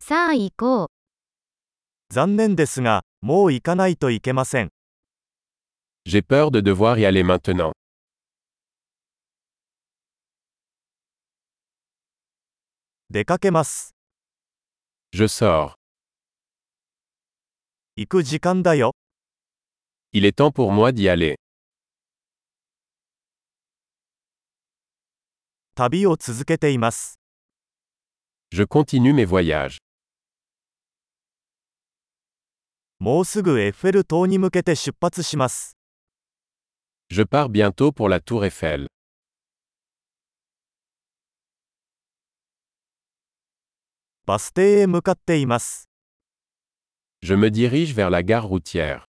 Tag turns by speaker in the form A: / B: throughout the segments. A: さあ行こう。
B: 残念ですが、もう行かないといけません。
C: J'ai peur de devoir y aller maintenant.
B: 出かけます。
C: Je sors.
B: 行く時間だよ。
C: Il est temps pour moi d'y aller.
B: 旅を続けています。
C: Je continue mes voyages.
B: もうすぐエッフェル塔に向けて出発します。
C: Je pars bientôt pour la tour Eiffel.
B: バス停へ向かっています。
C: Je me dirige vers la gare routière.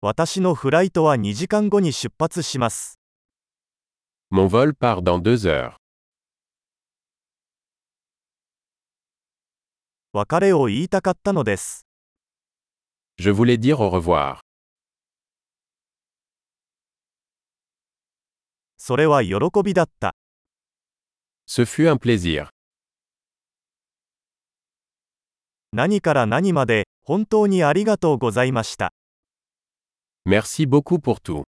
B: 私のフライトは2時間後に出発します。
C: Mon vol part dans deux heures.
B: 別れを言いたかったのです。
C: Je voulais dire au revoir.
B: それは喜びだった。
C: Ce fut un plaisir.
B: 何から何まで、本当にありがとうございました。
C: Merci beaucoup pour tout.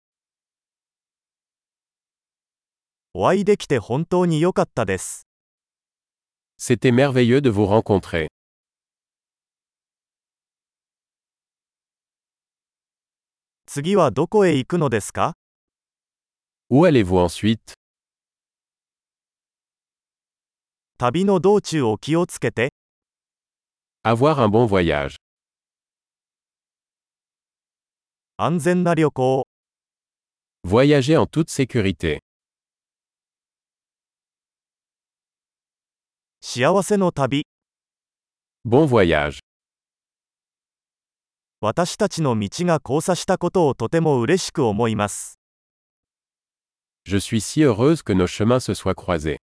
B: お会いできて本当に良かったです。
C: C'était merveilleux de vous rencontrer.
B: 次はどこへ行くのですか
C: Où allez-vous ensuite
B: 旅の道中を気をつけて、
C: Avoir un bon voyage.
B: 安全な旅行を。
C: Voyager en toute sécurité.
B: 幸せの旅、
C: Bon voyage.
B: 私たちの道が交差したことをとても嬉しく思います。
C: Je suis si heureuse que nos chemins se soient croisés.